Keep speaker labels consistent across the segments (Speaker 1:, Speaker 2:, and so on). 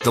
Speaker 1: The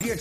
Speaker 2: 10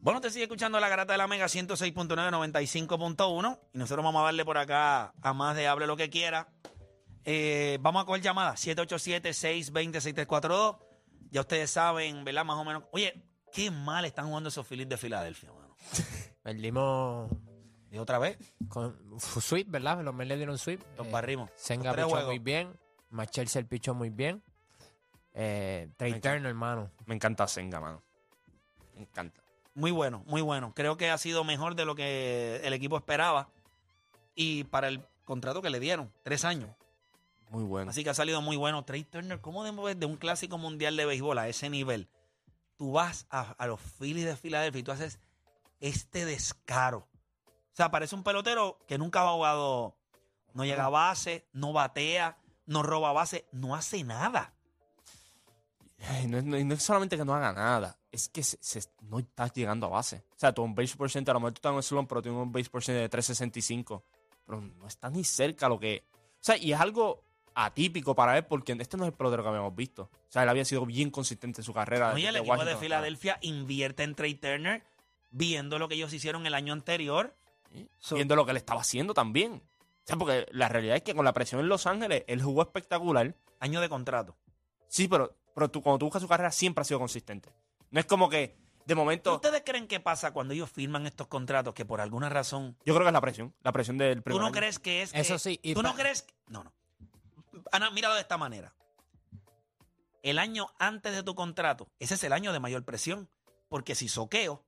Speaker 3: Bueno, te sigue escuchando la garata de la Mega 106.995.1 y nosotros vamos a darle por acá a más de hable lo que quiera. Eh, vamos a coger llamadas 787-620-6342. Ya ustedes saben, ¿verdad? Más o menos. Oye, qué mal están jugando esos Phillies de Filadelfia, mano.
Speaker 4: Perdimos
Speaker 3: Y otra vez,
Speaker 4: con fu- sweep, ¿verdad? Los Mets le dieron sweep.
Speaker 3: los
Speaker 4: Eh,
Speaker 3: barrimos.
Speaker 4: Senga
Speaker 3: Los tres
Speaker 4: pichó
Speaker 3: juegos.
Speaker 4: muy bien. Machelce el pichó muy bien. Eh, Trey Turner, hermano.
Speaker 5: Me encanta Senga, mano. Me encanta.
Speaker 3: Muy bueno, muy bueno. Creo que ha sido mejor de lo que el equipo esperaba. Y para el contrato que le dieron, tres años.
Speaker 5: Muy bueno.
Speaker 3: Así que ha salido muy bueno. Trey Turner, ¿cómo de, de un clásico mundial de béisbol a ese nivel? Tú vas a, a los Phillies de Filadelfia y tú haces este descaro. O sea, parece un pelotero que nunca ha jugado. No llega a base, no batea, no roba base, no hace nada.
Speaker 5: Ay, no, es- no es- no es solamente que no haga nada, es que se- se- no estás llegando a base. O sea, tu on base percent, a lo mejor tú estás en el slump, pero tienes un base percent de 365. Pero no estás ni cerca a lo que. O sea, y es algo atípico para él porque este no es el pelotero que habíamos visto. O sea, él había sido bien consistente en su carrera.
Speaker 3: Oye, el
Speaker 5: desde
Speaker 3: equipo de
Speaker 5: Ah, Washington.
Speaker 3: Filadelfia invierte en Trey Turner viendo lo que ellos hicieron el año anterior.
Speaker 5: ¿Sí?
Speaker 3: So-
Speaker 5: viendo lo que le estaba haciendo también. O sea, porque la realidad es que con la presión en Los Ángeles, él jugó espectacular.
Speaker 3: Año de contrato.
Speaker 5: Sí, pero, pero tú, cuando tú buscas su carrera, siempre ha sido consistente. No es como que, de momento,
Speaker 3: ¿Ustedes creen que pasa cuando ellos firman estos contratos que por alguna razón
Speaker 5: yo creo que es la presión. La presión del
Speaker 3: ¿Tú
Speaker 5: primer
Speaker 3: no
Speaker 5: año.
Speaker 3: crees que es que-
Speaker 4: Eso sí, y
Speaker 3: ¿Tú no
Speaker 4: pa-
Speaker 3: crees? que- no, no. Ana, míralo de esta manera. El año antes de tu contrato, ese es el año de mayor presión. Porque si soqueo,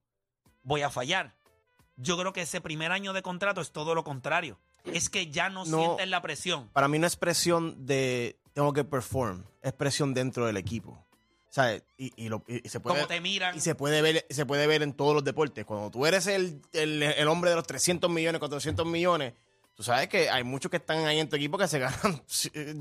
Speaker 3: voy a fallar. Yo creo que ese primer año de contrato es todo lo contrario. Es que ya no,
Speaker 6: No.
Speaker 3: sientes la presión.
Speaker 6: Para mí no es presión de tengo que perform, es presión dentro del equipo. O sea, y, y lo- y- y
Speaker 5: Pues,
Speaker 6: se puede
Speaker 3: Como te miran.
Speaker 6: y se puede ver se puede ver en todos los deportes. Cuando tú eres el, el- el hombre de los 300 millones, 400 millones, tú sabes que hay muchos que están ahí en tu equipo que se ganan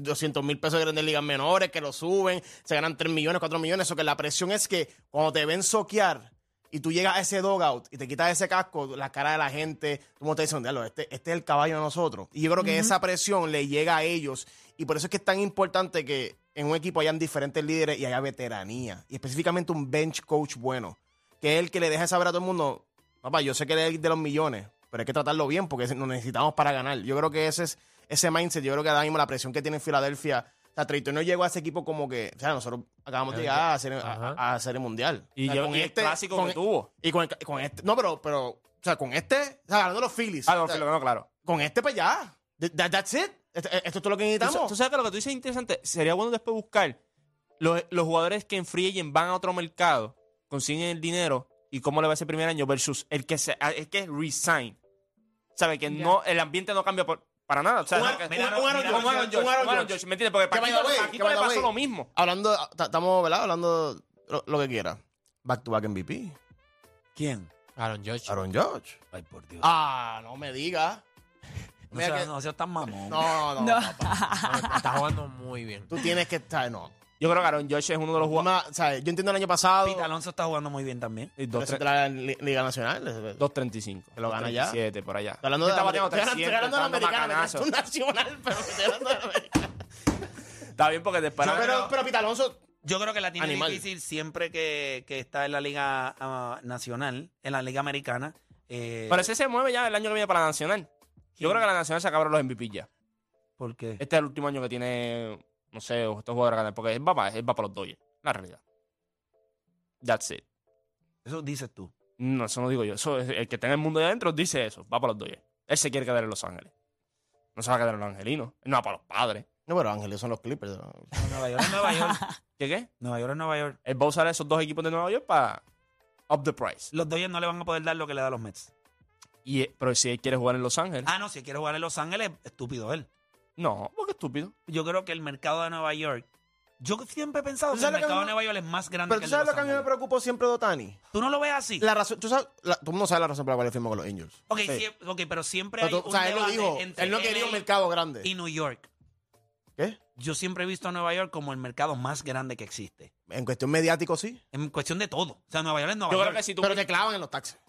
Speaker 6: 200 mil pesos de grandes ligas menores, que lo suben, se ganan 3 millones, 4 millones. Eso que la presión es que cuando te ven soquear y tú llegas a ese dogout y te quitas ese casco, la cara de la gente, como te dicen, "Diablo, este, este es el caballo de nosotros. Y yo creo que esa presión le llega a ellos y por eso es que es tan importante que en un equipo hayan diferentes líderes y haya veteranía. Y específicamente un bench coach bueno, que es el que le deja saber a todo el mundo, papá, yo sé que eres el de los millones, pero hay que tratarlo bien porque ese- nos necesitamos para ganar. Yo creo que ese es ese mindset, yo creo que ahora mismo la presión que tiene en Filadelfia, o sea, Trey Turner llegó a ese equipo como que, o sea, nosotros acabamos de llegar a ser, a-
Speaker 4: Ajá.
Speaker 6: a, a Serie mundial.
Speaker 5: Y,
Speaker 6: O sea,
Speaker 5: yo-
Speaker 6: con
Speaker 5: y el
Speaker 6: este-
Speaker 5: clásico
Speaker 6: con-
Speaker 5: que tuvo.
Speaker 6: y con, el- con este, no, pero, pero, o sea, con este, o sea, ganando los Phillies.
Speaker 5: Ah, no,
Speaker 6: O sea,
Speaker 5: claro, no, claro.
Speaker 6: Con este para allá. Th- that- that's it. Esto, esto es todo lo que
Speaker 5: Tú, sa-
Speaker 6: necesitamos.
Speaker 5: tú sabes que lo que tú dices es interesante. Sería bueno después buscar los, los jugadores que en free agent van a otro mercado, consiguen el dinero y cómo le va ese primer año versus el que se, el que resign. ¿Sabes? Que no, el ambiente no cambia por- para nada. O sea,
Speaker 3: Un-
Speaker 5: no que-
Speaker 3: un- un Aaron George,
Speaker 5: como Aaron George,
Speaker 6: un Aaron
Speaker 5: como Aaron
Speaker 6: George.
Speaker 5: George, ¿Me entiendes? Porque
Speaker 6: Que by
Speaker 5: Paquito,
Speaker 6: the way,
Speaker 5: Paquito
Speaker 6: que by
Speaker 5: le
Speaker 6: the
Speaker 5: pasó
Speaker 6: way.
Speaker 5: lo mismo.
Speaker 6: Hablando, t- estamos, ¿verdad? Hablando lo, lo que quiera. Back to back MVP.
Speaker 3: ¿Quién?
Speaker 4: Aaron George.
Speaker 6: Aaron George.
Speaker 3: Ay, por Dios.
Speaker 6: Ah, no me digas.
Speaker 3: no,
Speaker 6: mira
Speaker 3: seas,
Speaker 6: que-
Speaker 3: no seas tan mamón.
Speaker 6: No, no, papá.
Speaker 4: Ah, Está jugando muy bien.
Speaker 6: Tú tienes que estar, no.
Speaker 5: Yo creo que Aaron George es uno de los jugadores.
Speaker 6: Una- o sea, yo entiendo el año pasado.
Speaker 3: Pete Alonso está jugando muy bien también.
Speaker 5: y dos
Speaker 6: pero eso
Speaker 5: tre-
Speaker 6: de la li- Liga Nacional.
Speaker 5: 2.35.
Speaker 6: Eh, Que lo gana ya.
Speaker 5: 2.37, por allá.
Speaker 6: Estoy hablando de
Speaker 5: Está
Speaker 6: la,
Speaker 5: bateando
Speaker 6: estoy hablando-
Speaker 5: 300,
Speaker 6: estoy hablando de la
Speaker 5: está dando
Speaker 6: americana,
Speaker 5: macanazos.
Speaker 6: no es nacional, pero estoy hablando de la americana.
Speaker 5: Está bien porque después.
Speaker 6: Pero, pero Pita Alonso,
Speaker 3: Yo creo que la tiene
Speaker 6: Animal.
Speaker 3: difícil siempre que, que está en la liga ah, nacional, en la liga americana. Eh,
Speaker 5: Pero ese se mueve ya el año que viene para la Nacional. Yo creo que la Nacional se acabaron los MVP ya.
Speaker 3: ¿Por qué?
Speaker 5: Este es el último año que tiene, no sé, estos jugadores ganar. Porque él va para, él va para los Dodgers. La realidad. That's it.
Speaker 3: Eso dices tú.
Speaker 5: No, eso no digo yo. Eso es- el que está en el mundo de adentro dice eso. Va para los Dodgers. Él se quiere quedar en Los Ángeles. No se va a quedar en Los Angelinos. Él no va para los padres.
Speaker 6: No, pero Ángeles son los Clippers. ¿no?
Speaker 3: Nueva York es Nueva York.
Speaker 5: ¿Qué qué?
Speaker 3: Nueva York es Nueva York.
Speaker 5: Él va a usar esos dos equipos de Nueva York para up the price.
Speaker 3: Los Dodgers no le van a poder dar lo que le da a los Mets.
Speaker 5: Y, eh, pero si él quiere jugar en Los Ángeles.
Speaker 3: Ah, no, si quiere jugar en Los Ángeles, estúpido él.
Speaker 5: No, porque estúpido.
Speaker 3: Yo creo que el mercado de Nueva York. Yo siempre he pensado
Speaker 6: ¿Tú
Speaker 3: que el
Speaker 6: sabes lo que
Speaker 3: mercado de
Speaker 6: a mí me-
Speaker 3: Nueva York es más grande
Speaker 6: Pero
Speaker 3: que
Speaker 6: tú
Speaker 3: el de
Speaker 6: sabes
Speaker 3: Los
Speaker 6: lo que a mí me
Speaker 3: Ángeles.
Speaker 6: preocupó siempre de Otani.
Speaker 3: Tú no lo ves así.
Speaker 6: La razón, tú sabes, la- todo el mundo sabe la razón por la cual él firmó con los Angels.
Speaker 3: Ok,
Speaker 6: Sí.
Speaker 3: sí, ok, pero siempre
Speaker 6: Pero
Speaker 3: hay
Speaker 6: tú-
Speaker 3: un
Speaker 6: o sea, él lo
Speaker 3: debate
Speaker 6: dijo.
Speaker 3: entre
Speaker 6: Él no quería un
Speaker 3: LA
Speaker 6: mercado grande.
Speaker 3: y New York.
Speaker 6: ¿Qué?
Speaker 3: Yo siempre he visto a Nueva York como el mercado más grande que existe.
Speaker 6: En cuestión mediático, sí.
Speaker 3: En cuestión de todo. O sea, Nueva York es Nueva
Speaker 5: Yo
Speaker 3: York.
Speaker 5: creo que si tú.
Speaker 6: Pero te clavan en los taxis.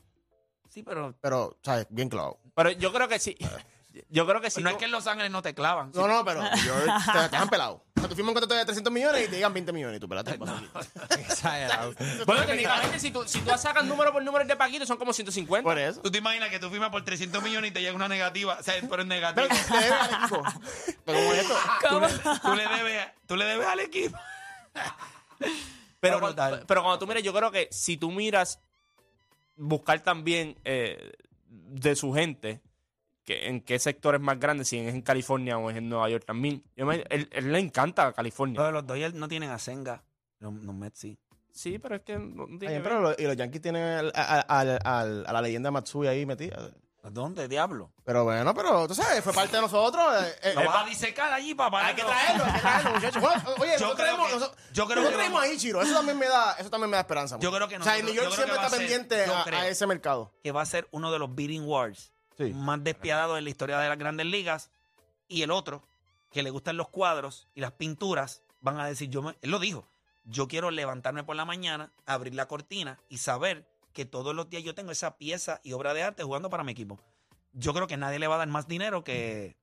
Speaker 3: Sí, pero
Speaker 6: Pero, ¿sabes? Bien clavado.
Speaker 5: pero yo creo que sí. Yo creo que sí.
Speaker 3: no es que en Los Ángeles no te clavan.
Speaker 6: No, no, pero yo- te, te han pelado. O sea, tú firmas un contrato de 300 millones y te digan 20 millones y tú, espérate.
Speaker 4: Exagerado.
Speaker 5: Bueno, técnicamente, si tú, si tú sacas número por número de Paquito, son como 150.
Speaker 6: Por eso.
Speaker 3: Tú te imaginas que tú firmas por 300 millones y te llega una negativa. O sea, pero es negativa.
Speaker 6: Pero te debe al equipo. Pero ¿cómo es esto?
Speaker 3: tú, le, tú le debes, tú le debes al equipo.
Speaker 5: Pero,
Speaker 3: Está brutal.
Speaker 5: cuando, pero cuando tú miras, yo creo que si tú miras buscar también eh, de su gente, que, en qué sector es más grande, si es en California o es en Nueva York también. Yo me- él, él le encanta California.
Speaker 3: Pero los Dodgers no tienen a Senga. Los, los Mets sí.
Speaker 5: Sí, pero es que no no tiene
Speaker 6: Ay,
Speaker 5: que
Speaker 6: pero
Speaker 5: ver.
Speaker 6: lo- y los Yankees tienen al- al- al- al- a la leyenda Matsui ahí metida.
Speaker 3: ¿A ¿Dónde, diablo?
Speaker 6: Pero bueno, pero tú sabes, fue parte de nosotros. eh, eh,
Speaker 3: Lo
Speaker 6: eh,
Speaker 3: vas a disecar allí, papá.
Speaker 6: hay que traerlo, hay que traerlo, muchachos. Bueno, Oye,
Speaker 3: Yo
Speaker 6: nosotros
Speaker 3: creo
Speaker 6: traemos,
Speaker 3: que-
Speaker 6: nosotros-
Speaker 3: yo creo
Speaker 6: nosotros
Speaker 3: que
Speaker 6: traemos
Speaker 3: va-
Speaker 6: a Ichiro. Eso también me da, eso también me da esperanza.
Speaker 3: Yo creo que
Speaker 6: O sea, en
Speaker 3: nosotros-
Speaker 6: New
Speaker 3: yo
Speaker 6: York
Speaker 3: creo
Speaker 6: siempre
Speaker 3: que va
Speaker 6: está
Speaker 3: a ser-
Speaker 6: pendiente
Speaker 3: yo
Speaker 6: a,
Speaker 3: creo.
Speaker 6: a ese mercado.
Speaker 3: Que va a ser uno de los beating wars
Speaker 6: Sí.
Speaker 3: más despiadados en la historia de las grandes ligas. Y el otro, que le gustan los cuadros y las pinturas, van a decir, yo me- él lo dijo, yo quiero levantarme por la mañana, abrir la cortina y saber que todos los días yo tengo esa pieza y obra de arte jugando para mi equipo. Yo creo que nadie le va a dar más dinero que...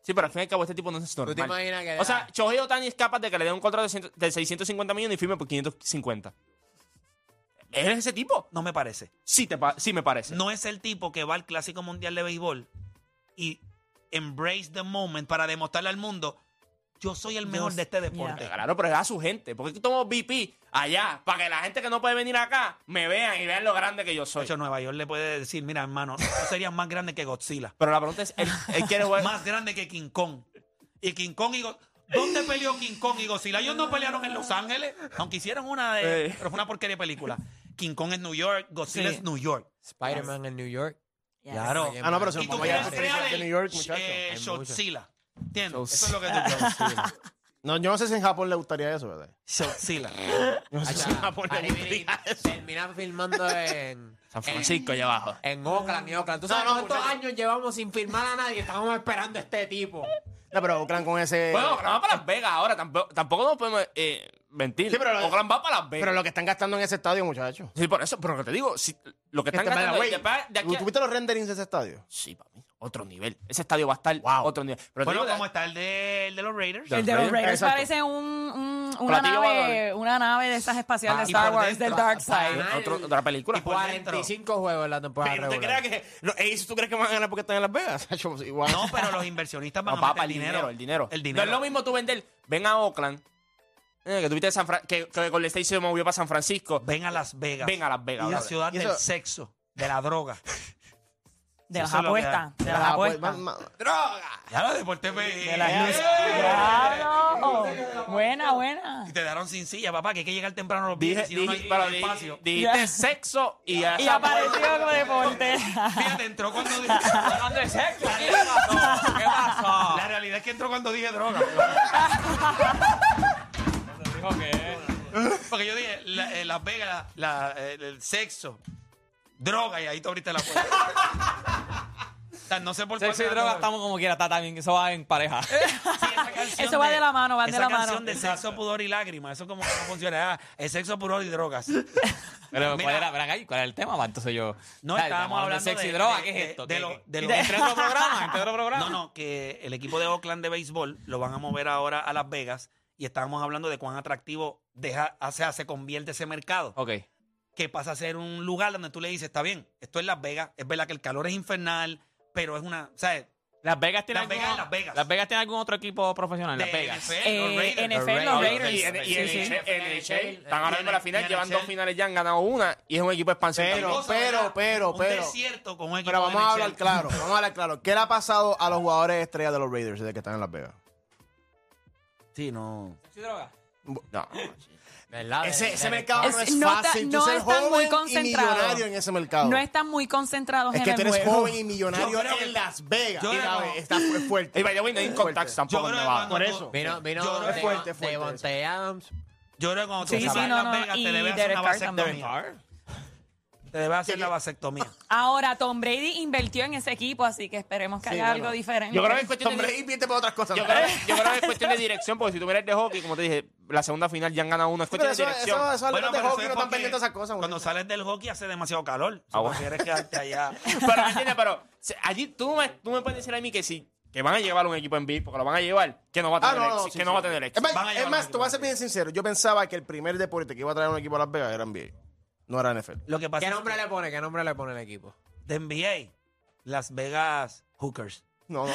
Speaker 5: Sí, pero al fin y al cabo este tipo no es eh,
Speaker 4: ¿Tú te
Speaker 5: normal.
Speaker 4: imaginas que.?
Speaker 5: O sea, Shohei Otani es capaz de que le den un contrato de, ciento- de 650 millones y firme por 550. ¿Es ese tipo?
Speaker 3: No me parece.
Speaker 5: Sí, te pa- sí me parece.
Speaker 3: No es el tipo que va al Clásico Mundial de Béisbol y embrace the moment para demostrarle al mundo, yo soy el
Speaker 7: Yo
Speaker 3: mejor
Speaker 7: s-
Speaker 3: de este deporte.
Speaker 5: Claro, pero es a su gente. Porque tomo VP allá para que la gente que no puede venir acá me vean y vean lo grande que yo
Speaker 3: De
Speaker 5: soy.
Speaker 3: hecho, Nueva York le puede decir, mira, hermano, tú serías más grande que Godzilla.
Speaker 5: Pero la pregunta es, ¿él, él quiere jugar?
Speaker 3: Más grande que King Kong. Y King Kong y Go- ¿Dónde peleó King Kong y Godzilla? Ellos no pelearon en Los Ángeles, aunque hicieron una de...
Speaker 5: Eh.
Speaker 3: Pero fue una porquería de película. King Kong es New York, Godzilla
Speaker 7: Sí.
Speaker 3: es New York.
Speaker 4: Spider-Man en New York.
Speaker 7: Yes.
Speaker 3: Claro.
Speaker 4: Oye,
Speaker 6: Ah, no, pero
Speaker 4: man,
Speaker 6: se
Speaker 3: Y
Speaker 6: nos
Speaker 3: tú
Speaker 6: vamos a
Speaker 3: quieres
Speaker 6: ir
Speaker 3: crear
Speaker 6: de
Speaker 3: el
Speaker 6: New York, muchachos.
Speaker 3: eh,
Speaker 4: Hay mucho.
Speaker 3: Godzilla. ¿Entiendes? Eso es lo que tú quieres.
Speaker 6: No, yo no sé si en Japón le gustaría eso, ¿verdad?
Speaker 3: Godzilla.
Speaker 6: Yo no sé si en Japón le gustaría eso.
Speaker 4: Terminas filmando en.
Speaker 5: San Francisco allá abajo.
Speaker 4: En Oakland y Oakland. ¿Tú sabes
Speaker 6: no,
Speaker 4: cuántos
Speaker 6: muchachos.
Speaker 4: años llevamos sin firmar a nadie? Estábamos esperando a este tipo.
Speaker 6: No, pero Oakland con ese...
Speaker 5: Bueno, Oakland va para Las Vegas ahora. Tampoco, tampoco nos podemos eh, mentir.
Speaker 6: Sí, pero lo-
Speaker 5: Oakland va para Las Vegas.
Speaker 6: pero lo que están gastando en ese estadio, muchachos.
Speaker 5: Sí, por eso. Pero lo que te digo, si- lo que
Speaker 6: Este,
Speaker 5: están
Speaker 6: by the
Speaker 5: gastando
Speaker 6: way,
Speaker 5: de, de aquí a-
Speaker 6: ¿Tuviste los renderings de ese estadio?
Speaker 5: Sí, para mí. Otro nivel. Ese estadio va a estar otro nivel. Pero te
Speaker 3: Bueno,
Speaker 5: digo,
Speaker 3: como está el de, el de los Raiders.
Speaker 7: El de los Raiders
Speaker 6: Exacto.
Speaker 7: parece un, un- una,
Speaker 5: Platillo
Speaker 7: nave, una nave de esas espaciales de
Speaker 3: Y por
Speaker 7: Star Wars,
Speaker 3: dentro,
Speaker 7: del Dark
Speaker 4: para
Speaker 7: Side.
Speaker 4: nada.
Speaker 5: otro- otra película.
Speaker 3: Y por dentro.
Speaker 4: 45 juegos en la temporada
Speaker 6: Pero te creas
Speaker 4: regular.
Speaker 6: que... No, ey, ¿tú crees que van a ganar porque están en Las Vegas? Yo, pues, Igual.
Speaker 3: No, pero los inversionistas van
Speaker 5: No,
Speaker 3: a
Speaker 5: papá,
Speaker 3: meter
Speaker 5: el dinero, el dinero.
Speaker 3: El dinero.
Speaker 5: No es lo mismo tú vender, ven a Oakland, eh, que tuviste San Fran- que, que Golden State se movió para San Francisco.
Speaker 3: Ven a Las Vegas.
Speaker 5: Ven a Las Vegas.
Speaker 3: Y la
Speaker 5: brother.
Speaker 3: ciudad
Speaker 6: Y
Speaker 3: del
Speaker 6: eso-
Speaker 3: sexo, de la droga.
Speaker 7: De las
Speaker 3: Eso es lo que
Speaker 7: apuestas. De las
Speaker 6: Ah, pues,
Speaker 7: apuestas.
Speaker 6: ma- ma-
Speaker 3: Ya lo deporté
Speaker 5: pues.
Speaker 3: fe-
Speaker 7: De las luces. Claro. Buena, buena.
Speaker 3: Y te daron sin silla, papá, que hay que llegar temprano a los
Speaker 5: Dije,
Speaker 3: viernes si no, no
Speaker 5: dije-
Speaker 3: hay
Speaker 5: pero di-
Speaker 3: espacio.
Speaker 5: dijiste
Speaker 7: Ya.
Speaker 5: sexo y ya
Speaker 7: Y
Speaker 5: esa-
Speaker 7: apareció como deporte.
Speaker 3: Fíjate, entró cuando dije...
Speaker 5: Hablando de sexo, ¿qué pasó? ¿Qué pasó?
Speaker 3: La realidad es que entró cuando dije droga. Porque yo dije, la- eh, Las Vegas, la- eh, el sexo, droga, y ahí tú abriste la puerta. O sea, no sé por qué.
Speaker 8: Sexo y droga estamos como quiera, está también, eso va en pareja.
Speaker 7: Eso va de la mano, va de la
Speaker 3: Esa
Speaker 7: mano.
Speaker 3: canción de sexo, pudor y lágrimas, eso como que no funciona. Ah, es sexo, pudor y drogas.
Speaker 8: Pero
Speaker 3: Mira.
Speaker 8: ¿cuál era, Espera, ¿cuál era el tema? Va, Entonces yo...
Speaker 3: No,
Speaker 8: Dale,
Speaker 3: estábamos hablando
Speaker 8: de sexo y
Speaker 3: de-
Speaker 8: droga,
Speaker 3: de-
Speaker 8: ¿qué es
Speaker 3: de-
Speaker 8: esto?
Speaker 3: de
Speaker 8: ¿Qué-
Speaker 3: lo- de
Speaker 8: qué-
Speaker 3: lo-
Speaker 8: ¿Entre otro programa? ¿Entre otro programa?
Speaker 3: No, no, que el equipo de Oakland de béisbol lo van a mover ahora a Las Vegas y estábamos hablando de cuán atractivo deja, ah, o sea, se convierte ese mercado.
Speaker 8: Ok.
Speaker 3: que pasa a ser un lugar donde tú le dices, está bien, esto es Las Vegas, es verdad que el calor es infernal, pero es una, ¿sabes?
Speaker 8: Las Vegas tiene
Speaker 3: Las Vegas,
Speaker 8: algún-
Speaker 3: Las Vegas.
Speaker 8: Las Vegas tiene algún otro equipo profesional. Las
Speaker 3: De
Speaker 8: Vegas.
Speaker 3: NFL, los
Speaker 7: Eh,
Speaker 3: Raiders.
Speaker 7: NFL, los Raiders.
Speaker 5: Y, en- y
Speaker 7: Sí, sí.
Speaker 5: NHL, están ahora mismo en la final,
Speaker 3: Y
Speaker 5: llevan
Speaker 3: NHL.
Speaker 5: dos finales ya, han ganado una y es un equipo de expansión.
Speaker 6: Pero-
Speaker 5: también.
Speaker 3: ¿verdad?
Speaker 6: pero,
Speaker 3: Un
Speaker 6: pero.
Speaker 3: desierto con un equipo
Speaker 6: Pero vamos
Speaker 3: de
Speaker 6: a
Speaker 3: NHL.
Speaker 6: hablar claro, vamos a hablar claro. ¿Qué le ha pasado a los jugadores estrellas de los Raiders desde que están en Las Vegas?
Speaker 3: Sí, no.
Speaker 5: No,
Speaker 4: ¿Verdad?
Speaker 6: Ese,
Speaker 4: De-
Speaker 6: ese
Speaker 4: de-
Speaker 6: mercado no
Speaker 7: Es-
Speaker 6: es
Speaker 7: no está-
Speaker 6: fácil.
Speaker 7: no
Speaker 6: tú eres
Speaker 7: están muy
Speaker 6: joven y
Speaker 7: concentrados.
Speaker 6: millonario en ese mercado.
Speaker 7: No están muy concentrados
Speaker 6: es
Speaker 7: en
Speaker 6: que
Speaker 7: el
Speaker 6: tú eres
Speaker 7: juego.
Speaker 6: joven y millonario
Speaker 3: creo que-
Speaker 6: en Las Vegas.
Speaker 3: yo
Speaker 6: Y
Speaker 3: creo-
Speaker 6: sabes, está fu- fuerte.
Speaker 5: Y by the way, no hay
Speaker 6: Fuerte.
Speaker 5: contacts
Speaker 3: Yo
Speaker 5: tampoco en
Speaker 3: creo que
Speaker 5: Nevada.
Speaker 3: cuando
Speaker 6: Por
Speaker 3: tú-
Speaker 6: eso.
Speaker 4: Vino, vino
Speaker 3: Yo creo que-
Speaker 4: de-
Speaker 6: fuerte,
Speaker 4: de
Speaker 6: fuerte
Speaker 4: Devontae Adams.
Speaker 3: Yo creo que cuando tú
Speaker 7: Sí,
Speaker 3: salgas
Speaker 7: sí,
Speaker 3: de
Speaker 7: no,
Speaker 3: Las
Speaker 7: no.
Speaker 3: Vegas,
Speaker 7: Y
Speaker 3: te debes hacer
Speaker 7: Derek
Speaker 3: una
Speaker 7: Carr también.
Speaker 3: vasectomía. Te debes hacer la vasectomía.
Speaker 7: Ahora, Tom Brady invirtió en ese equipo, así que esperemos que
Speaker 6: Sí,
Speaker 7: haya
Speaker 6: no,
Speaker 7: algo
Speaker 6: no.
Speaker 7: diferente.
Speaker 5: Yo creo que es cuestión
Speaker 6: Tom
Speaker 5: de,
Speaker 6: Brady vierte por otras cosas.
Speaker 5: yo
Speaker 6: ¿no?
Speaker 5: creo, yo creo que es cuestión de dirección, porque si tú miras de hockey, como te dije, la segunda final ya han ganado una, es
Speaker 6: Sí, pero
Speaker 5: cuestión
Speaker 6: eso,
Speaker 5: de dirección.
Speaker 6: eso, eso,
Speaker 3: Bueno,
Speaker 6: de
Speaker 3: pero
Speaker 6: hockey
Speaker 3: eso
Speaker 6: no
Speaker 3: es
Speaker 6: están
Speaker 3: porque
Speaker 6: pendientes de esas cosas.
Speaker 3: Cuando
Speaker 6: muchachos.
Speaker 3: sales del hockey hace demasiado calor. Si
Speaker 5: Ah, bueno.
Speaker 3: prefieres quedarte allá.
Speaker 5: Pero, ¿me entiendes? Pero si- allí tú me, tú me puedes decir a mí que sí, que van a llevar un equipo en B, porque lo van a llevar, que no va a
Speaker 6: Ah,
Speaker 5: tener
Speaker 6: no, no,
Speaker 5: éxito.
Speaker 6: sí,
Speaker 5: que no
Speaker 6: sí.
Speaker 5: va a tener
Speaker 6: Es
Speaker 5: éxito.
Speaker 6: más,
Speaker 3: Van a
Speaker 6: es
Speaker 3: llevar
Speaker 6: más,
Speaker 3: un
Speaker 6: te voy a ser
Speaker 3: equipo.
Speaker 6: bien sincero. Yo pensaba que el primer deporte que iba a traer un equipo a Las Vegas era NBA. No era NFL.
Speaker 3: Lo que pasa
Speaker 4: ¿Qué
Speaker 3: es
Speaker 4: nombre
Speaker 3: que
Speaker 4: le pone? ¿Qué nombre le pone el equipo?
Speaker 3: de NBA, Las Vegas Hookers.
Speaker 6: No, no.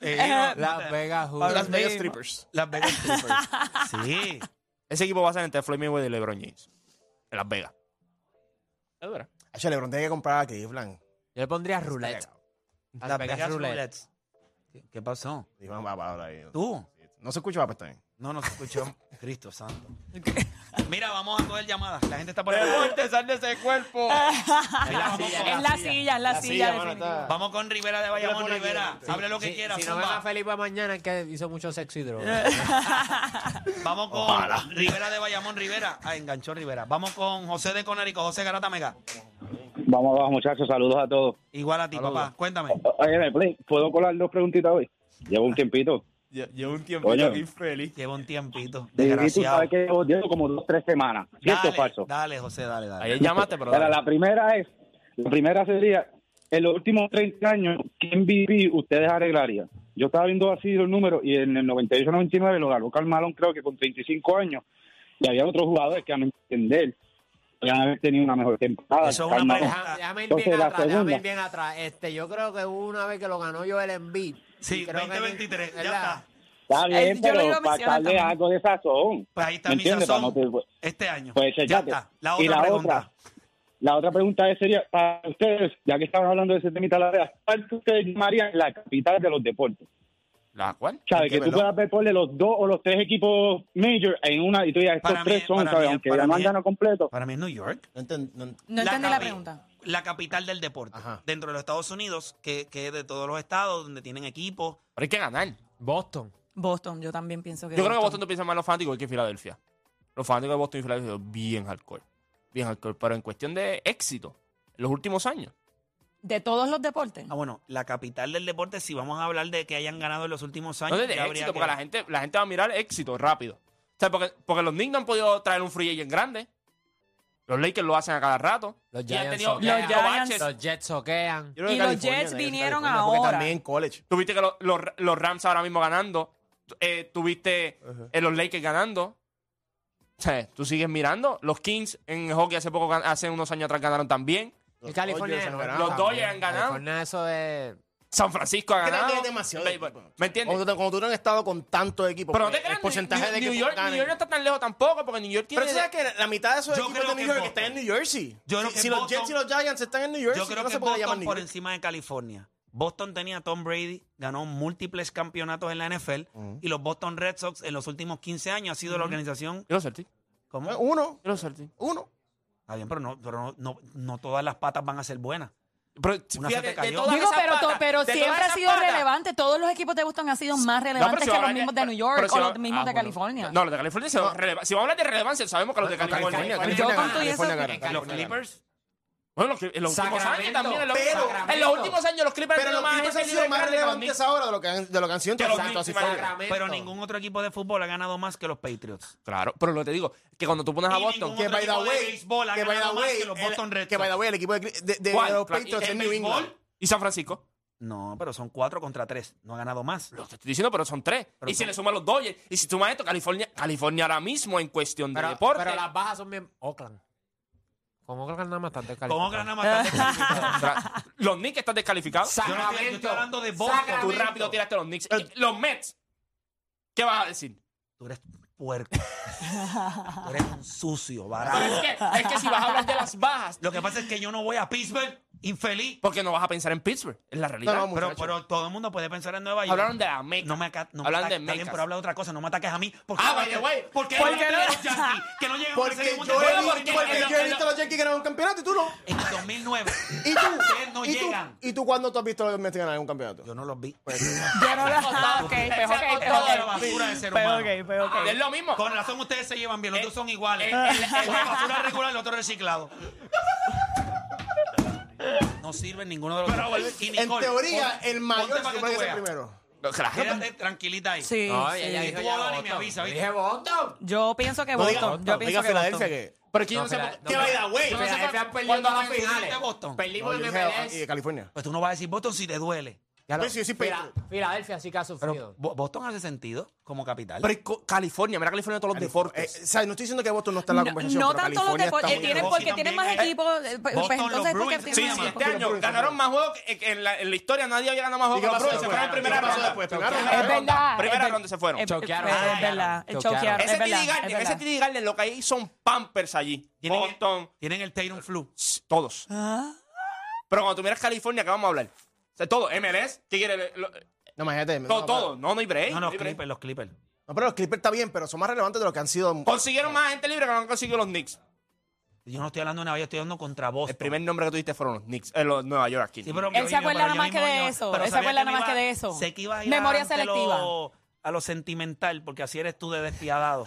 Speaker 4: Las Vegas Hoop.
Speaker 6: Las Vegas Strippers.
Speaker 3: Las Vegas Hookers. sí.
Speaker 5: Ese equipo va a ser entre Floyd Mayweather y LeBron James. En Las Vegas. Es verdad.
Speaker 6: Ay, LeBron tenía que comprar a Cleveland.
Speaker 4: Yo le pondría Roulette. Las, Vegas, Roulette.
Speaker 3: Roulettes. ¿Qué, qué pasó?
Speaker 6: Dijo una palabra ahí.
Speaker 3: ¿Tú?
Speaker 6: No se escuchaba, pues también.
Speaker 3: No nos escuchó. Cristo santo. Mira, vamos a coger llamadas. La gente está por ahí. ¡Deporte, sal de ese cuerpo! Mira, vamos, con,
Speaker 7: Es la silla, es la, silla. definitivamente.
Speaker 3: vamos con Rivera de Bayamón. Rivera, hable lo que
Speaker 4: Si-
Speaker 3: quiera.
Speaker 4: Si no ven
Speaker 3: zumba.
Speaker 4: a Felipe mañana, es que hizo mucho sexo y droga.
Speaker 9: Eh,
Speaker 3: Vamos con Rivera de Bayamón. Rivera. Ah, enganchó Rivera. Vamos con José de Conérico. José Garata Mega.
Speaker 9: Vamos abajo, muchachos. Saludos a todos.
Speaker 3: Igual a ti, papá. Cuéntame.
Speaker 9: Oye, me play, ¿puedo colar dos preguntitas hoy? Llevo un tiempito.
Speaker 5: Llevo un tiempo
Speaker 9: Coño. aquí
Speaker 5: feliz.
Speaker 3: Llevo un tiempito.
Speaker 9: Y tú
Speaker 3: Desgraciado.
Speaker 9: sabes que llevo llevo como dos, tres semanas. ¿Cierto
Speaker 3: Dale,
Speaker 9: o falso?
Speaker 3: Dale, José, dale, dale.
Speaker 5: Ayer llamaste, pero.
Speaker 9: Ahora,
Speaker 5: dale.
Speaker 9: la primera es, la primera sería, en los últimos 30 años, ¿qué MVP ustedes arreglarían? Yo estaba viendo así los números y en el 98-99 lo ganó Karl Malone, creo que con 35 años. Y había otros jugadores que a mi entender podían haber tenido una mejor temporada.
Speaker 3: Eso es
Speaker 9: que Karl
Speaker 3: una
Speaker 9: Malone.
Speaker 3: pregunta.
Speaker 4: Deja- Déjame ir
Speaker 9: Entonces,
Speaker 4: bien
Speaker 9: la
Speaker 4: atrás, déjame ir
Speaker 9: segunda.
Speaker 4: bien atrás. Este, yo creo que hubo una vez que lo ganó yo el Embiid.
Speaker 3: Sí,
Speaker 4: Y creo que-
Speaker 3: 20-23, ya
Speaker 4: ¿verdad?
Speaker 3: está.
Speaker 9: Está bien,
Speaker 7: Eh, yo lo iba a
Speaker 9: pero para
Speaker 7: mencionar
Speaker 9: darle
Speaker 7: también.
Speaker 9: algo de sazón.
Speaker 3: Pues ahí está
Speaker 9: ¿Me
Speaker 3: mi
Speaker 9: entiendes?
Speaker 3: sazón.
Speaker 9: Para no te-
Speaker 3: Este año.
Speaker 9: Pues
Speaker 3: ya
Speaker 9: echate.
Speaker 3: está. La
Speaker 9: y
Speaker 3: otra
Speaker 9: la
Speaker 3: pregunta.
Speaker 9: otra, la otra pregunta es, sería para ustedes, ya que estaban hablando de ese temita de la vea, ¿cuál que ustedes llamarían la capital de los deportes?
Speaker 5: ¿La cual?
Speaker 9: ¿Sabes?
Speaker 6: Hay que
Speaker 9: Que tú
Speaker 6: verlo.
Speaker 9: puedas ver ponle los dos o los tres equipos major en una y tú digas, estos
Speaker 3: Para mí-
Speaker 9: tres son,
Speaker 3: para
Speaker 9: ¿sabes?
Speaker 3: mí-
Speaker 9: Aunque
Speaker 3: para
Speaker 9: ya no
Speaker 3: mí-
Speaker 9: han ganado completo.
Speaker 3: Para mí es New York.
Speaker 6: No enten- no-
Speaker 7: No entendí la
Speaker 3: capi-
Speaker 7: pregunta.
Speaker 3: La capital del deporte.
Speaker 6: Ajá.
Speaker 3: Dentro de los Estados Unidos, que, que es de todos los estados donde tienen equipos.
Speaker 5: Pero hay que ganar.
Speaker 4: Boston.
Speaker 7: Boston, yo también pienso que.
Speaker 5: Yo creo que Boston no piensa más en los fanáticos que en Filadelfia. Los fanáticos de Boston y Filadelfia son bien hardcore. Bien hardcore. Pero en cuestión de éxito, en los últimos años.
Speaker 7: De todos los deportes.
Speaker 3: Ah, bueno, la capital del deporte, si vamos a hablar de que hayan ganado en los últimos
Speaker 5: No
Speaker 3: años.
Speaker 5: desde
Speaker 3: ya habría
Speaker 5: éxito,
Speaker 3: que-
Speaker 5: porque la gente, la gente va a mirar éxito rápido. O sea, porque, porque los Knicks no han podido traer un free agent grande. Los Lakers lo hacen a cada rato.
Speaker 4: Los
Speaker 5: Y han
Speaker 4: Giants
Speaker 5: tenido-
Speaker 4: son-
Speaker 5: y han
Speaker 7: Los
Speaker 5: tenido
Speaker 7: Giants-
Speaker 5: baches.
Speaker 4: Los Jets soquean.
Speaker 6: yo creo que
Speaker 7: Y los
Speaker 6: California,
Speaker 7: Jets
Speaker 6: eh,
Speaker 7: vinieron
Speaker 6: California, porque
Speaker 7: ahora.
Speaker 6: También en college.
Speaker 5: Tuviste que los, los- los Rams ahora mismo ganando. Eh, tuviste eh, los Lakers ganando. O sea, tú sigues mirando. Los Kings en hockey hace poco, gan- hace unos años atrás ganaron también.
Speaker 4: Y California
Speaker 6: Dodgers han
Speaker 4: no,
Speaker 6: ganado.
Speaker 5: Los
Speaker 4: también.
Speaker 5: Dodgers han ganado.
Speaker 4: California eso de...
Speaker 5: San Francisco ha
Speaker 6: Que
Speaker 5: ganado.
Speaker 6: también es demasiado de
Speaker 5: Béisbol.
Speaker 6: equipo.
Speaker 5: ¿Me entiendes?
Speaker 6: Cuando, cuando tú no has estado con tantos equipos,
Speaker 5: pero no te
Speaker 6: pues,
Speaker 5: creas,
Speaker 6: el porcentaje
Speaker 5: New,
Speaker 6: de
Speaker 5: New
Speaker 6: equipos
Speaker 5: York,
Speaker 6: ganan.
Speaker 5: New York no está tan lejos tampoco, porque New York tiene...
Speaker 6: Pero tú sabes que la mitad de esos
Speaker 3: Yo
Speaker 6: equipos
Speaker 3: creo
Speaker 6: de
Speaker 3: que
Speaker 6: New York
Speaker 3: Boston-
Speaker 6: están en New Jersey.
Speaker 3: Yo creo
Speaker 6: si
Speaker 3: que
Speaker 6: si los
Speaker 3: Boston-
Speaker 6: Jets y los Giants están en New Jersey,
Speaker 3: Yo creo
Speaker 6: no
Speaker 3: que
Speaker 6: se puede llamar
Speaker 3: Boston
Speaker 6: New
Speaker 3: por
Speaker 6: York.
Speaker 3: encima de California. Boston tenía a Tom Brady, ganó múltiples campeonatos en la NFL
Speaker 6: Mm.
Speaker 3: y los Boston Red Sox en los últimos 15 años ha sido la organización.
Speaker 5: Yo lo acerté,
Speaker 3: ¿Cómo?
Speaker 6: Eh, Uno,
Speaker 5: yo lo acerté.
Speaker 6: uno.
Speaker 3: Está bien, pero no, pero no, no- no todas las patas van a ser buenas.
Speaker 5: Pero
Speaker 3: Una se te
Speaker 5: fíjate, de
Speaker 3: cayó.
Speaker 5: todas
Speaker 7: Digo,
Speaker 5: esas
Speaker 7: pero, to-
Speaker 5: patas,
Speaker 7: pero
Speaker 5: de todas
Speaker 7: siempre ha
Speaker 5: esas
Speaker 7: sido
Speaker 5: patas.
Speaker 7: relevante. Todos los equipos de Boston han sido más
Speaker 5: No, pero
Speaker 7: relevantes
Speaker 5: si
Speaker 7: que
Speaker 5: ahora-
Speaker 7: los mismos de New
Speaker 5: pero
Speaker 7: York
Speaker 5: si
Speaker 7: o
Speaker 5: ahora-
Speaker 7: los mismos
Speaker 5: ah,
Speaker 7: de
Speaker 5: bueno.
Speaker 7: California.
Speaker 5: No, los de California son relevantes. Si vamos a hablar de relevancia, sabemos que los de California...
Speaker 7: Yo
Speaker 6: California
Speaker 7: con
Speaker 6: gana,
Speaker 7: tu y eso-
Speaker 6: California gana,
Speaker 3: Los
Speaker 6: California gana.
Speaker 3: Clippers,
Speaker 5: Bueno, los, Clip- en los últimos
Speaker 4: Sacramento,
Speaker 5: años también. en los-
Speaker 6: pero-
Speaker 5: en los últimos años los Clippers
Speaker 6: Pero
Speaker 5: han tenido
Speaker 6: los
Speaker 5: más
Speaker 6: equipos han
Speaker 5: gente
Speaker 6: sido
Speaker 5: libre
Speaker 6: más
Speaker 5: grande que los
Speaker 6: relevantes ahora de lo que han, de lo que han sido en
Speaker 5: Que los
Speaker 6: todas
Speaker 5: Knicks,
Speaker 6: las historias.
Speaker 5: Sacramento.
Speaker 3: pero ningún otro equipo de fútbol ha ganado más que los Patriots.
Speaker 5: Knicks. Claro, pero lo que te digo, que cuando tú pones a
Speaker 3: Y
Speaker 5: Boston...
Speaker 3: ningún
Speaker 6: que
Speaker 3: otro
Speaker 6: by the
Speaker 3: equipo de
Speaker 6: way,
Speaker 3: béisbol ha
Speaker 6: que by
Speaker 3: ganado
Speaker 6: the
Speaker 3: más
Speaker 6: way,
Speaker 3: que los Boston
Speaker 6: el-
Speaker 3: Red
Speaker 6: que by
Speaker 3: Sox.
Speaker 6: the way, el equipo de, de- de- de
Speaker 5: ¿Cuál?
Speaker 6: los
Speaker 5: Claro,
Speaker 6: Patriots
Speaker 3: en
Speaker 6: es New
Speaker 3: béisbol,
Speaker 6: England.
Speaker 5: ¿Y San Francisco?
Speaker 3: No, pero son cuatro contra tres. No ha ganado más.
Speaker 5: Lo que estoy diciendo, pero son tres.
Speaker 3: Pero
Speaker 5: y si
Speaker 3: son-
Speaker 5: le suman los Dodgers, y si sumas esto, California, California ahora mismo en cuestión de
Speaker 4: Pero,
Speaker 5: deporte.
Speaker 4: pero las bajas son bien. Oakland. Con Oakland nada más están descalificados.
Speaker 3: ¿Cómo ganan más?
Speaker 5: Tra- los Knicks están descalificados.
Speaker 3: Yo no estoy- yo estoy hablando de Boston.
Speaker 5: Tú rápido tiraste los Knicks. Eh, Los Mets. ¿Qué vas a decir?
Speaker 3: Tú eres puerco. Tú eres un sucio,
Speaker 5: Pero es
Speaker 3: barato.
Speaker 5: que, es que si vas a hablar de las bajas,
Speaker 3: Lo que pasa es que yo no voy a Pittsburgh, infeliz.
Speaker 5: porque no vas a pensar en Pittsburgh. Es la realidad.
Speaker 6: No, no,
Speaker 3: Pero,
Speaker 6: muchacho.
Speaker 3: pero todo el mundo puede pensar en Nueva York.
Speaker 5: Hablaron de la Meca.
Speaker 3: No me, aca- no me
Speaker 5: Hablaron
Speaker 3: ataques,
Speaker 5: de
Speaker 3: está bien,
Speaker 5: mecas.
Speaker 3: pero habla de otra cosa. No me ataques a mí. ¿Por
Speaker 5: Ah, by the way,
Speaker 3: ¿Por qué
Speaker 5: ¿por
Speaker 3: no
Speaker 5: qué
Speaker 3: ataques a
Speaker 5: no?
Speaker 3: los Yankees? Que no llegan a
Speaker 6: Porque
Speaker 3: segundo
Speaker 6: yo
Speaker 3: juego,
Speaker 6: he
Speaker 3: porque
Speaker 6: visto, porque
Speaker 3: en-
Speaker 6: yo he visto a los Yankees ganar un campeonato y tú no.
Speaker 3: En el 2009.
Speaker 6: ¿Y tú?
Speaker 3: Ustedes no
Speaker 6: ¿Y tú?
Speaker 3: llegan.
Speaker 6: ¿Y tú cuándo tú has visto a los Mets ganar un campeonato?
Speaker 3: Yo no los vi.
Speaker 7: Yo no lo Ah, ok, pues ok,
Speaker 5: Exacto,
Speaker 7: pues
Speaker 3: toda la
Speaker 7: ok.
Speaker 3: basura de ser
Speaker 7: Pues
Speaker 3: humano.
Speaker 7: ok, pues ok.
Speaker 5: Es lo mismo.
Speaker 3: Con razón ustedes se llevan bien, los
Speaker 5: Eh,
Speaker 3: dos son iguales.
Speaker 5: eh, el- el-
Speaker 3: Una basura regular, el otro reciclado. No sirven ninguno de los
Speaker 5: Pero,
Speaker 3: dos.
Speaker 5: bueno,
Speaker 3: Y
Speaker 6: En
Speaker 3: Nicole,
Speaker 6: teoría,
Speaker 3: pon-
Speaker 6: el mayor
Speaker 3: ponte
Speaker 6: se
Speaker 3: para que
Speaker 6: supone que
Speaker 3: tú
Speaker 6: es el
Speaker 3: veas.
Speaker 6: primero.
Speaker 5: Claro.
Speaker 3: Quédate tranquilita ahí.
Speaker 7: Sí,
Speaker 4: No,
Speaker 7: sí.
Speaker 4: ella dijo
Speaker 3: Tú
Speaker 4: ya
Speaker 3: hablas y
Speaker 4: Boston.
Speaker 3: me avisa, ¿viste?
Speaker 4: Dije Boston.
Speaker 7: Yo pienso que Boston.
Speaker 6: Diga
Speaker 7: Yo pienso que Boston.
Speaker 6: Filadelfia que.
Speaker 5: Pero es que yo no sé
Speaker 4: Fila-
Speaker 5: por
Speaker 4: no, Fila-
Speaker 5: güey.
Speaker 4: Yo no sé por-
Speaker 5: cuando
Speaker 4: cuando
Speaker 5: las
Speaker 4: la final-
Speaker 5: finales.
Speaker 3: de Boston.
Speaker 5: Perdimos
Speaker 6: No,
Speaker 5: en
Speaker 6: yo dije, ah,
Speaker 5: MLS.
Speaker 6: y de California.
Speaker 3: Pues tú no vas a decir Boston si te duele.
Speaker 4: Ya lo-
Speaker 6: Pero sí, sí,
Speaker 4: Fila-
Speaker 6: Patriot.
Speaker 4: Filadelfia sí que ha sufrido.
Speaker 3: Pero Bo- Boston hace sentido como capital.
Speaker 5: ah, Pero es co- California, mira California en todos los
Speaker 6: Eh,
Speaker 5: deportes.
Speaker 6: o sea, no estoy diciendo que Boston no está en la conversación.
Speaker 7: No
Speaker 6: pero
Speaker 7: tanto los
Speaker 6: California está
Speaker 7: deportes.
Speaker 6: muy
Speaker 7: eh, tienen-
Speaker 6: lejos.
Speaker 7: Porque
Speaker 3: Boston
Speaker 7: tienen más
Speaker 3: también, eh.
Speaker 7: equipos. eh, pues
Speaker 3: Boston, los
Speaker 7: entonces, ¿por qué
Speaker 3: Bruins,
Speaker 7: tienen
Speaker 5: Sí,
Speaker 3: Mira,
Speaker 5: sí,
Speaker 7: más?
Speaker 5: este año ganaron más juegos que que en la, en la historia. Nadie había ganado más
Speaker 6: ¿Y
Speaker 5: juegos que
Speaker 6: qué
Speaker 5: los
Speaker 6: pasó
Speaker 5: Bruins. Se fueron en
Speaker 6: después?
Speaker 5: primera
Speaker 6: ¿Qué pasó
Speaker 5: ronda.
Speaker 6: después? ¿Primera
Speaker 5: Primera
Speaker 6: ronda?
Speaker 7: Es verdad.
Speaker 5: Primera
Speaker 7: es-
Speaker 5: ronda se fueron.
Speaker 7: es-
Speaker 4: Choquearon.
Speaker 7: Es
Speaker 4: Ah,
Speaker 7: es verdad. Es
Speaker 4: choquearon.
Speaker 7: choquear.
Speaker 5: Ese
Speaker 7: Es
Speaker 5: TD
Speaker 7: verdad.
Speaker 5: Garden, ese
Speaker 7: es verdad.
Speaker 5: TD Garden, lo que hay son pampers allí.
Speaker 3: Tienen el-
Speaker 5: Boston,
Speaker 3: Tienen el Tatum Flu.
Speaker 5: todos. Pero cuando tú miras California, ¿qué vamos a hablar? O sea, todo, MLS, ¿qué quiere? Lo-
Speaker 6: No, imagínate.
Speaker 5: todo,
Speaker 6: no,
Speaker 5: todo. No, no hay break.
Speaker 3: No,
Speaker 5: no
Speaker 3: los
Speaker 5: hay break.
Speaker 3: Clippers, los Clippers.
Speaker 6: No, pero los Clippers está bien, pero son más relevantes de lo que han sido.
Speaker 5: Consiguieron más gente libre que no han conseguido los Knicks.
Speaker 3: Yo no estoy hablando de Nueva York, estoy hablando contra Boston.
Speaker 5: El primer nombre que tuviste fueron los Knicks, eh, los Nueva York aquí.
Speaker 3: Sí, pero
Speaker 7: Él se
Speaker 3: yo-
Speaker 7: acuerda
Speaker 3: pero
Speaker 7: nada
Speaker 3: yo
Speaker 7: más
Speaker 3: mismo
Speaker 7: que de
Speaker 3: yo-
Speaker 7: eso,
Speaker 3: pero
Speaker 7: él se
Speaker 3: sabía
Speaker 7: acuerda
Speaker 3: que me
Speaker 7: nada más
Speaker 3: iba-
Speaker 7: que de eso.
Speaker 3: Sé que iba a ir
Speaker 7: Memoria
Speaker 3: ante lo-
Speaker 7: selectiva.
Speaker 3: a lo sentimental, porque así eres tú de despiadado,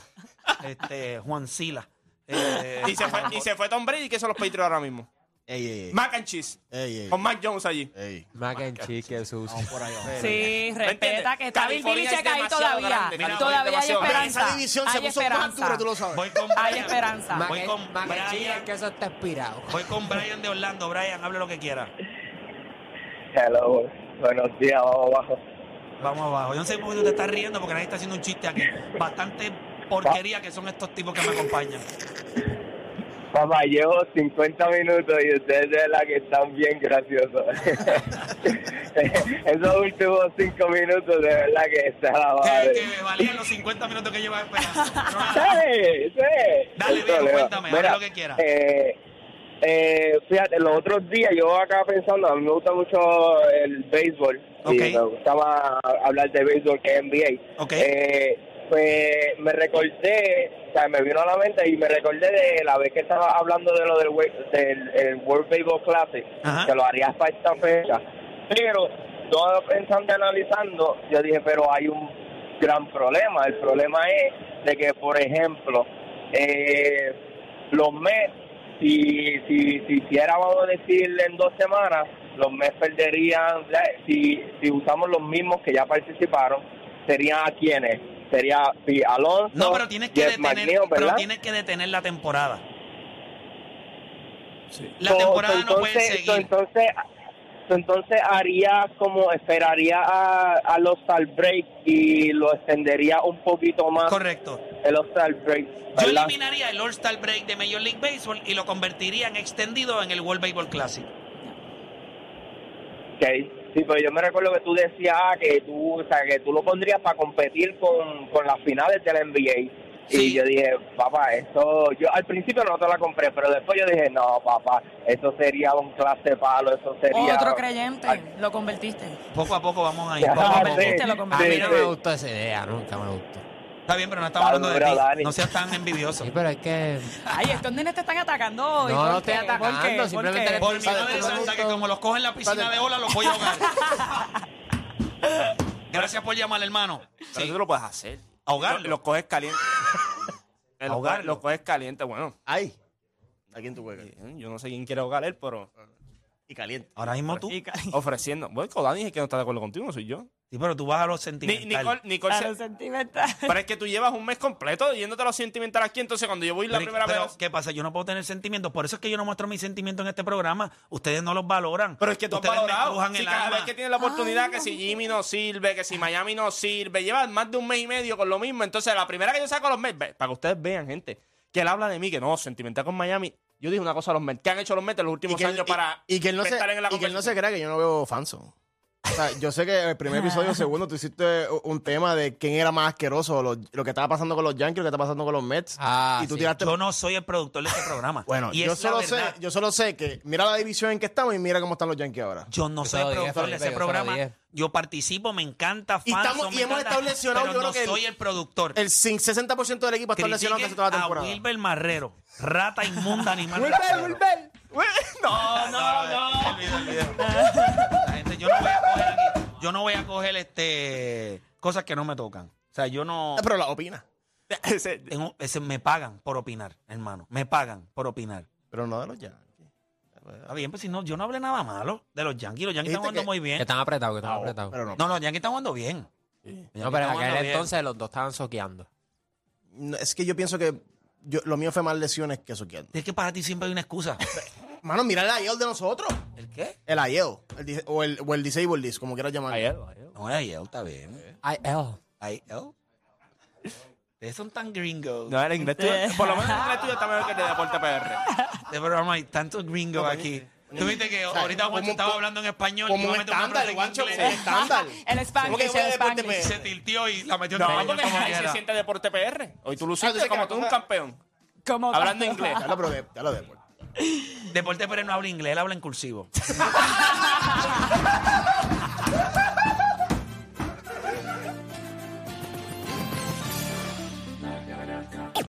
Speaker 3: este, Juan Sila. Eh,
Speaker 5: y, se fue, y se fue Tom Brady, que son los Patriots ahora mismo.
Speaker 6: Ey, ey,
Speaker 5: Mac and Cheese.
Speaker 6: ey, ey.
Speaker 5: Con Mac Jones allí.
Speaker 6: Ey.
Speaker 4: Mac and cheese, que sucio.
Speaker 7: Sí, respeta
Speaker 5: entiendes?
Speaker 7: que está
Speaker 5: California
Speaker 7: Bill
Speaker 5: es
Speaker 7: Belichick ahí
Speaker 5: demasiado
Speaker 7: todavía.
Speaker 5: grande, California
Speaker 7: Todavía hay
Speaker 5: es demasiado
Speaker 7: esperanza.
Speaker 5: grande.
Speaker 6: Esa división se
Speaker 7: hay
Speaker 6: puso más
Speaker 7: esperanza.
Speaker 6: dura, tú lo sabes.
Speaker 3: Voy con
Speaker 7: Hay
Speaker 3: Brian.
Speaker 7: esperanza.
Speaker 4: Mac
Speaker 3: Voy con
Speaker 4: and- Mac and cheese,
Speaker 3: Brian.
Speaker 4: que eso está expirado.
Speaker 3: Voy con Brian de Orlando. Brian, hable lo que quiera.
Speaker 10: Hello, buenos días, vamos abajo.
Speaker 3: Vamos abajo. Yo no sé por qué tú te estás riendo, porque nadie está haciendo un chiste aquí. Bastante porquería que son estos tipos que me acompañan.
Speaker 10: Papá, llevo 50 minutos y ustedes de la que están bien graciosos. Esos últimos 5 minutos, de verdad que está la
Speaker 3: Que,
Speaker 10: madre.
Speaker 3: que valían los 50 minutos que llevas esperando. Pero nada,
Speaker 10: Sí, sí. Sin
Speaker 3: Dale, viejo,
Speaker 10: problema.
Speaker 3: cuéntame, haz lo que quieras.
Speaker 10: Eh, eh, fíjate, los otros días yo acá pensando, a mí me gusta mucho el béisbol.
Speaker 3: Ok.
Speaker 10: Y me gustaba hablar de béisbol que NBA.
Speaker 3: Ok.
Speaker 10: Eh, pues me recordé, o sea, me vino a la mente y me recordé de la vez que estaba hablando de lo del, we- del el World Baseball Classic,
Speaker 3: Ajá.
Speaker 10: que lo harías para esta fecha. Pero, todo pensando, analizando, yo dije, pero hay un gran problema. El problema es de que, por ejemplo, eh, los Mets, si, si, si hiciera, vamos a decir, en dos semanas, los Mets perderían, la- si, si usamos los mismos que ya participaron, serían a quienes, sería si Alonso,
Speaker 3: No, pero tienes que
Speaker 10: Jeff
Speaker 3: detener,
Speaker 10: McNeil,
Speaker 3: pero
Speaker 10: ¿verdad?
Speaker 3: tienes que detener la temporada. La
Speaker 10: So-
Speaker 3: temporada
Speaker 10: so
Speaker 3: no puede
Speaker 10: entonces- so
Speaker 3: seguir.
Speaker 10: entonces, so entonces haría como esperaría a, a los all break y lo extendería un poquito más
Speaker 3: Correcto.
Speaker 10: el all break.
Speaker 3: Yo
Speaker 10: ¿verdad?
Speaker 3: eliminaría el All-Star Break de Major League Baseball y lo convertiría en extendido en el World Baseball Classic.
Speaker 10: Ok. Sí, pero yo me recuerdo que tú decías ah, que tú, o sea, que tú lo pondrías para competir con, con las finales de la NBA.
Speaker 3: Sí.
Speaker 10: Y yo dije, papá, eso, yo al principio no te la compré, pero después yo dije, no, papá, eso sería un clase palo, eso sería...
Speaker 7: Otro creyente. Lo convertiste.
Speaker 3: Poco a poco vamos a ir.
Speaker 10: Ya,
Speaker 3: poco a
Speaker 10: sí,
Speaker 3: poco.
Speaker 7: convertiste, lo
Speaker 4: A mí
Speaker 7: convertiste.
Speaker 10: sí,
Speaker 4: no
Speaker 10: sí.
Speaker 4: me gustó esa idea, nunca me gustó.
Speaker 3: Está bien, pero no estamos
Speaker 10: Dale,
Speaker 3: hablando de
Speaker 10: dale,
Speaker 3: ti.
Speaker 10: dale.
Speaker 3: No seas tan envidioso.
Speaker 4: Sí, pero es que.
Speaker 7: Ay, estos nenes te están atacando hoy.
Speaker 4: No,
Speaker 7: ¿Por
Speaker 4: no
Speaker 7: qué?
Speaker 4: estoy atacando,
Speaker 7: ¿Por qué? ¿Por
Speaker 4: simplemente
Speaker 7: qué?
Speaker 4: le-
Speaker 3: Por mi
Speaker 4: Dale,
Speaker 3: madre
Speaker 4: dale,
Speaker 3: santa, que
Speaker 4: dale.
Speaker 3: como los coge en la piscina
Speaker 6: Dale.
Speaker 3: de ola, los voy a ahogar. Gracias por llamar, hermano.
Speaker 5: Pero tú lo puedes hacer.
Speaker 3: Ahogarlo.
Speaker 5: Los los coges calientes. Eh, los
Speaker 3: Ahogarlo.
Speaker 5: coges- Los coges calientes, bueno.
Speaker 6: Ay. ¿A quién tú juegas?
Speaker 5: Yo no sé quién quiere ahogar él, pero.
Speaker 6: y caliente.
Speaker 3: Ahora mismo tú.
Speaker 5: Ofreciendo. Bueno, Codani es el que no está de acuerdo contigo, no soy yo.
Speaker 3: Sí, pero tú vas a los
Speaker 5: sentimental. Nicole, Nicole
Speaker 7: A
Speaker 3: Ah,
Speaker 5: se-
Speaker 7: lo sentimental.
Speaker 5: Pero es que tú llevas un mes completo yéndote a los sentimental aquí, entonces cuando yo voy la
Speaker 3: Pero-
Speaker 5: primera
Speaker 3: pero,
Speaker 5: vez.
Speaker 3: ¿Qué pasa? Yo no puedo tener sentimientos. Por eso es que yo no muestro mis sentimientos en este programa. Ustedes no los valoran.
Speaker 5: Pero es que tú has
Speaker 3: Ustedes me
Speaker 5: valorado.
Speaker 3: estrujan
Speaker 5: Si
Speaker 3: el
Speaker 5: cada
Speaker 3: alma.
Speaker 5: vez que tienes la oportunidad, que si Jimmy no sirve, que si Miami no sirve, llevas más de un mes y medio con lo mismo. Entonces, la primera que yo saco a los Mets, ve, para que ustedes vean, gente, que él habla de mí, que no, sentimental con Miami. Yo dije una cosa a los Mets. ¿Qué han hecho los Mets en los últimos
Speaker 6: que él-
Speaker 5: años para
Speaker 6: y que él no se,
Speaker 5: estar en la
Speaker 6: y que él no se
Speaker 5: conversación?
Speaker 6: crea que yo no veo Fanson. O sea, yo sé que el primer episodio, segundo, tú hiciste un tema de quién era más asqueroso, lo, lo que estaba pasando con los Yankees, lo que estaba pasando con los Mets.
Speaker 4: Ah,
Speaker 6: y tú
Speaker 4: sí.
Speaker 6: tiraste.
Speaker 3: Yo no soy el productor de este programa.
Speaker 6: Bueno,
Speaker 3: y
Speaker 6: yo
Speaker 3: es la
Speaker 6: solo, sé,
Speaker 3: verdad.
Speaker 6: yo solo sé que mira la división en que estamos y mira cómo están los Yankees ahora.
Speaker 3: Yo no
Speaker 4: Yo
Speaker 3: soy
Speaker 4: te
Speaker 3: el
Speaker 4: lo dije,
Speaker 3: productor de
Speaker 4: Felipe,
Speaker 3: ese
Speaker 4: yo te lo
Speaker 3: programa.
Speaker 4: dije.
Speaker 3: Yo participo, me encanta,
Speaker 6: Y
Speaker 3: fanso,
Speaker 6: estamos- y
Speaker 3: me
Speaker 6: hemos
Speaker 3: encanta,
Speaker 6: estado lesionados,
Speaker 3: pero
Speaker 6: yo
Speaker 3: no
Speaker 6: creo que el-
Speaker 3: soy el productor.
Speaker 6: El cin- 60% del equipo está lesionado
Speaker 3: Critiquen
Speaker 6: casi toda la
Speaker 3: a
Speaker 6: temporada.
Speaker 3: Wilber Marrero, rata inmunda, animal.
Speaker 6: Wilber,
Speaker 3: rastrero.
Speaker 6: Wilber.
Speaker 3: No, no, no. La gente, yo no voy a coger aquí- yo no voy a coger este cosas que no me tocan. O sea, yo no.
Speaker 6: Ah,
Speaker 4: Ah,
Speaker 6: Pero la opina.
Speaker 3: tengo- ese- me pagan por opinar, hermano. Me pagan por opinar.
Speaker 6: Pero no de los Yankees.
Speaker 3: Está bien, pues si no, yo no hablé nada malo de los Yankees. Los Yankees
Speaker 6: Dijiste
Speaker 3: están jugando
Speaker 6: que-
Speaker 3: muy
Speaker 4: Que
Speaker 3: bien.
Speaker 4: están apretados, que están apretados.
Speaker 6: Ah, Pero no.
Speaker 3: No, los Yankees están jugando bien. Los Yankees
Speaker 4: No, pero en
Speaker 3: están jugando
Speaker 4: aquel
Speaker 3: bien.
Speaker 4: entonces los dos estaban soqueando.
Speaker 6: No, Es que yo pienso que yo- lo mío fue más lesiones que eso. que-
Speaker 3: Es que para ti siempre hay una excusa.
Speaker 6: Mano, mira el IEL de nosotros.
Speaker 3: ¿El qué?
Speaker 6: El IEL. el dis- o, el, o el Disabled List, como quieras llamarlo.
Speaker 5: Ayer, ayer.
Speaker 3: No, hay él, está bien.
Speaker 4: Ay,
Speaker 6: oh.
Speaker 4: el.
Speaker 3: Hay él. Ustedes son tan gringos.
Speaker 5: No, el inglés tuyo- por lo menos el inglés tuyo está mejor que el de Deporte PR.
Speaker 3: De Este programa hay tantos gringos aquí. Tú viste que
Speaker 6: O sea,
Speaker 3: ahorita Juancho
Speaker 6: como-
Speaker 3: estaba
Speaker 6: como-
Speaker 3: hablando en español y
Speaker 6: como
Speaker 3: iba a
Speaker 6: un
Speaker 3: meter una
Speaker 6: estándar,
Speaker 3: frase en
Speaker 6: Juancho,
Speaker 3: inglés.
Speaker 6: el estándar.
Speaker 7: El Spanish,
Speaker 6: ¿Cómo que voy
Speaker 7: el
Speaker 6: a deporte,
Speaker 7: Spanish.
Speaker 3: Se tiltió y la metió en
Speaker 5: No,
Speaker 3: español
Speaker 5: porque
Speaker 3: como
Speaker 5: ahí se
Speaker 3: quiera.
Speaker 5: siente Deporte PR. Hoy tú
Speaker 6: Ah, tú
Speaker 5: luciste
Speaker 6: dices
Speaker 5: como
Speaker 6: que
Speaker 5: tú
Speaker 6: la
Speaker 5: un
Speaker 6: cosa-
Speaker 5: campeón.
Speaker 7: Como-
Speaker 5: Hablando inglés.
Speaker 6: Ya lo probé, ya lo probé.
Speaker 3: Deporte Pérez no habla inglés, él habla en cursivo.